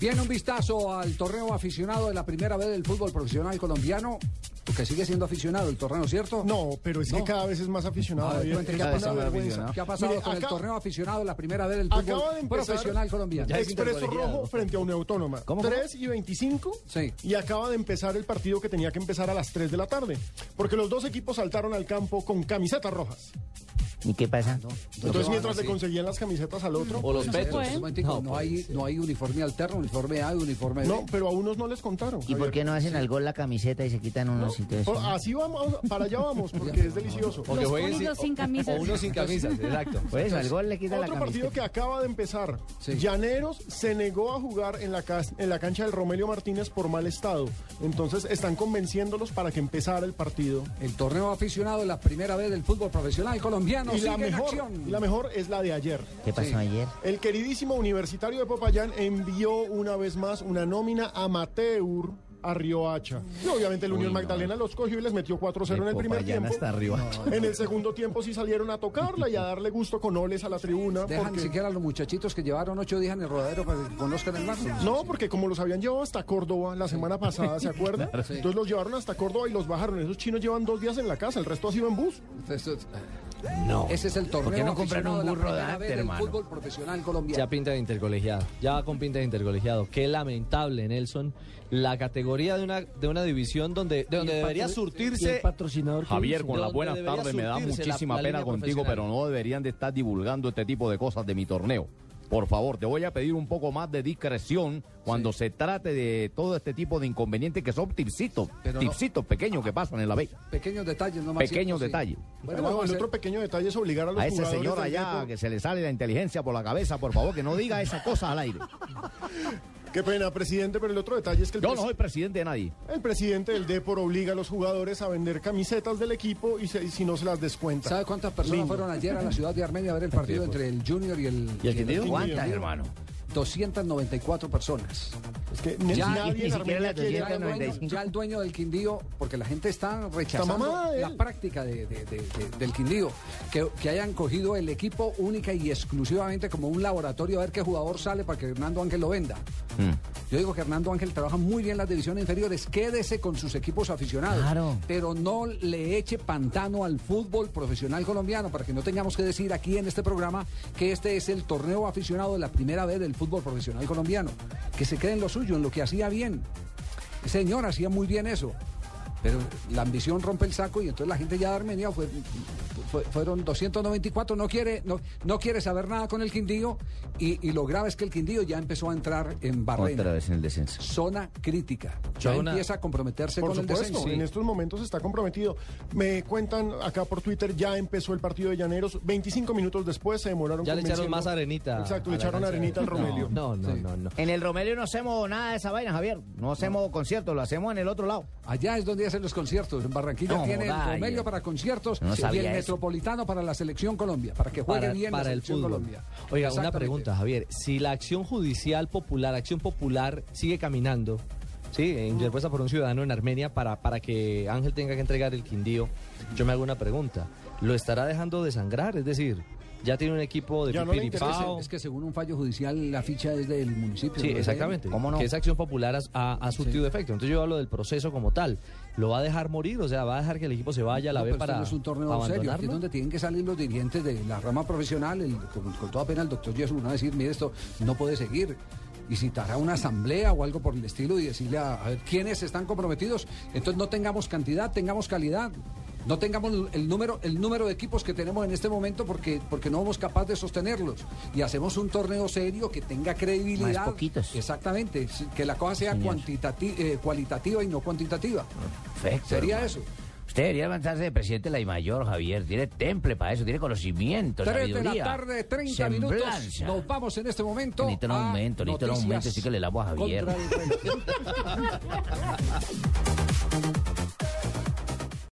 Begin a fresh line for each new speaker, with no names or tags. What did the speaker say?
Bien, un vistazo al torneo aficionado de la primera vez del fútbol profesional colombiano. Porque sigue siendo aficionado el torneo, ¿cierto?
No, pero es
No.
que cada vez es más aficionado.
Ah,
A ver,
Javier.
cuente, ¿qué,
Es
ha
una
pasado,
vergüenza.
¿Qué ha pasado
Mire,
con el
acá-
torneo aficionado, la primera vez del
Acaba de
fútbol
empezar
profesional colombiano?
Ya es
Expreso
intercolegiado.
Rojo frente a una autónoma.
¿Cómo, cómo?
3 y 25.
Sí.
Y acaba de empezar el partido que tenía que empezar a las 3 de la tarde. Porque los dos equipos saltaron al campo con camisetas rojas.
¿Y qué pasa?
Entonces,
van
mientras
así.
le conseguían las camisetas al otro.
O los petos.
Un momentico, no, hay, no hay uniforme alterno, uniforme A, y uniforme B.
pues. No, pero a unos no les contaron.
pues, ¿Y por
Javier.
qué no hacen al gol la camiseta y se quitan unos y todo
Oh,
Por-
ah,
eso?
Así vamos, para allá vamos, porque es delicioso.
O que
Los
jueguen
únicos sin
o
camisas.
unos sin camisas, exacto.
Por eso, pues, al gol le quitan la
Otro partido
camiseta.
que acaba de empezar.
Sí.
Llaneros se negó a jugar en la, cas- en la cancha del Romelio Martínez por mal estado. Entonces están convenciéndolos para que empezara el partido.
El torneo aficionado, la primera vez del fútbol profesional colombiano.
Y
sigue
la,
en
mejor,
acción.
y la mejor es la de ayer.
¿Qué pasó
Sí.
ayer?
El queridísimo universitario de Popayán envió una vez más una nómina amateur a Riohacha. Y obviamente el Unión Magdalena los cogió y les metió 4-0 en el primer tiempo. En el segundo tiempo sí salieron a tocarla y a darle gusto con oles a la tribuna.
Dejan
porque-
siquiera a los muchachitos que llevaron ocho días en el rodadero para que conozcan el barrio.
No, porque como los habían llevado hasta Córdoba la semana pasada, ¿se acuerdan?
Sí.
Entonces los llevaron hasta Córdoba y los bajaron. Esos chinos llevan dos días en la casa, el resto ha sido en bus.
Entonces,
No.
ese es el torneo
¿Por qué no compran
aficionado,
un
la
burro de
primera vez
arte,
del
hermano?
fútbol profesional colombiano.
Ya pinta de intercolegiado. Ya va con pinta de intercolegiado. Qué lamentable, Nelson. La categoría de una, de una división donde, de donde debería surtirse.
patrocinador
Javier, con la
¿Dónde
buena
debería
tarde me da
surtirse la-
muchísima
la
pena
línea
contigo, pero
profesional?
no deberían de estar divulgando este tipo de cosas de mi torneo. Por favor, te voy a pedir un poco más de discreción cuando se trate de todo este tipo de inconvenientes que son tipsitos,
Pero no-
tipsitos pequeños que pasan en la B.
Pequeños detalles nomás.
Pequeños
¿cierto?
detalles.
Bueno,
Además,
vamos a
el
hacer-
otro pequeño detalle es obligar a los
A ese
jugadores
señor
del
allá
Depor-
que se le sale la inteligencia por la cabeza, por favor, que no diga esas cosas al aire.
Qué pena, presidente, pero el otro detalle es que el,
Yo no
pres-
soy presidente de nadie.
el presidente del Depor obliga a los jugadores a vender camisetas del equipo y, se- y si no se las descuenta.
¿Sabe cuántas personas
Lindo.
fueron ayer a la ciudad de Armenia a ver el partido entre el Junior y el...
¿Y el Quindío?
¿Cuántas,
¿Cuántas, hermano?
294 personas.
Es que ni-
Ya,
nadie
ni-
en
ni siquiera
Armenia
las
quiere-
Ya el, dueño,
195.
ya el dueño del Quindío, porque la gente está
mamada
rechazando
de
la
él.
práctica de- de- de- de- del Quindío, que, que hayan cogido el equipo única y exclusivamente como un laboratorio a ver qué jugador sale para que Hernando Ángel lo venda. Yo digo que Hernando Ángel trabaja muy bien las divisiones inferiores, quédese con sus equipos aficionados,
Claro.
pero no le eche pantano al fútbol profesional colombiano para que no tengamos que decir aquí en este programa que este es el torneo aficionado de la primera vez del fútbol profesional colombiano, que se quede en lo suyo, en lo que hacía bien. Señor, hacía muy bien eso. Pero la ambición rompe el saco y entonces la gente ya de Armenia fue- fue- fueron 294, no quiere, no, no quiere saber nada con el Quindío y, y lo grave es que el Quindío ya empezó a entrar en
Otra
barrena,
vez en el descenso.
zona crítica, ya
Zona-
empieza a comprometerse
Por
con el
supuesto,
descenso.
en estos momentos está comprometido. Me cuentan acá por Twitter, ya empezó el partido de Llaneros. 25 minutos después se demoraron.
Ya le echaron
convenciendo-
más arenita.
Exacto,
a
le
la
echaron
cancha.
arenita al
No,
Romelio.
No, no,
Sí.
no, no.
En el Romelio no hacemos nada de esa vaina, Javier. No hacemos conciertos, lo hacemos en el otro lado.
Allá es donde hacen los conciertos. En Barranquilla
No,
tiene
vaya.
el Romelio para conciertos
No
y
sabía
el
eso.
Metropolitano para la Selección Colombia, para que juegue
Para,
bien
para
la
el
Selección
fútbol.
Colombia.
Oiga, una
Exactamente.
pregunta, Javier. Si la acción judicial popular, acción popular, sigue caminando, ¿sí? En respuesta por un ciudadano en Armenia para, para que Ángel tenga que entregar el Quindío, yo me hago una pregunta. ¿Lo estará dejando desangrar? Es decir, ya tiene un equipo de
Ya no le interesa,
pipiripao.
Es que según un fallo judicial la ficha es del municipio.
Sí,
¿no?
exactamente.
¿Cómo no?
Que esa acción popular ha- ha, ha surtido efecto. Entonces yo hablo del proceso como tal. ¿Lo va a dejar morir? O sea, ¿va a dejar que el equipo se vaya a la
No,
vez
pero
para
esto no es un torneo serio, aquí es
abandonarlo?
donde tienen que salir los dirigentes de la rama profesional, el- con, con toda pena el doctor Jesús, no decir, mire, esto no puede seguir. Y citará una asamblea o algo por el estilo y decirle a, a ver quiénes están comprometidos. Entonces no tengamos cantidad, tengamos calidad. No tengamos el número, el número de equipos que tenemos en este momento porque, porque no somos capaces de sostenerlos. Y hacemos un torneo serio que tenga credibilidad.
Más poquitos.
Exactamente. Que la cosa sea
Señor.
cuantitati- eh, cualitativa y no cuantitativa.
Perfecto.
Sería
hermano.
eso.
Usted debería avanzarse de presidente de la IMAYOR, Javier. Tiene temple para eso, tiene conocimiento,
3 de la
sabiduría,
tarde, 30 minutos.
semblanza.
Nos vamos en este momento.
Necesito un
a
aumento, necesito un
noticias
aumento, sí que le lavo a Javier.
contra el reloj.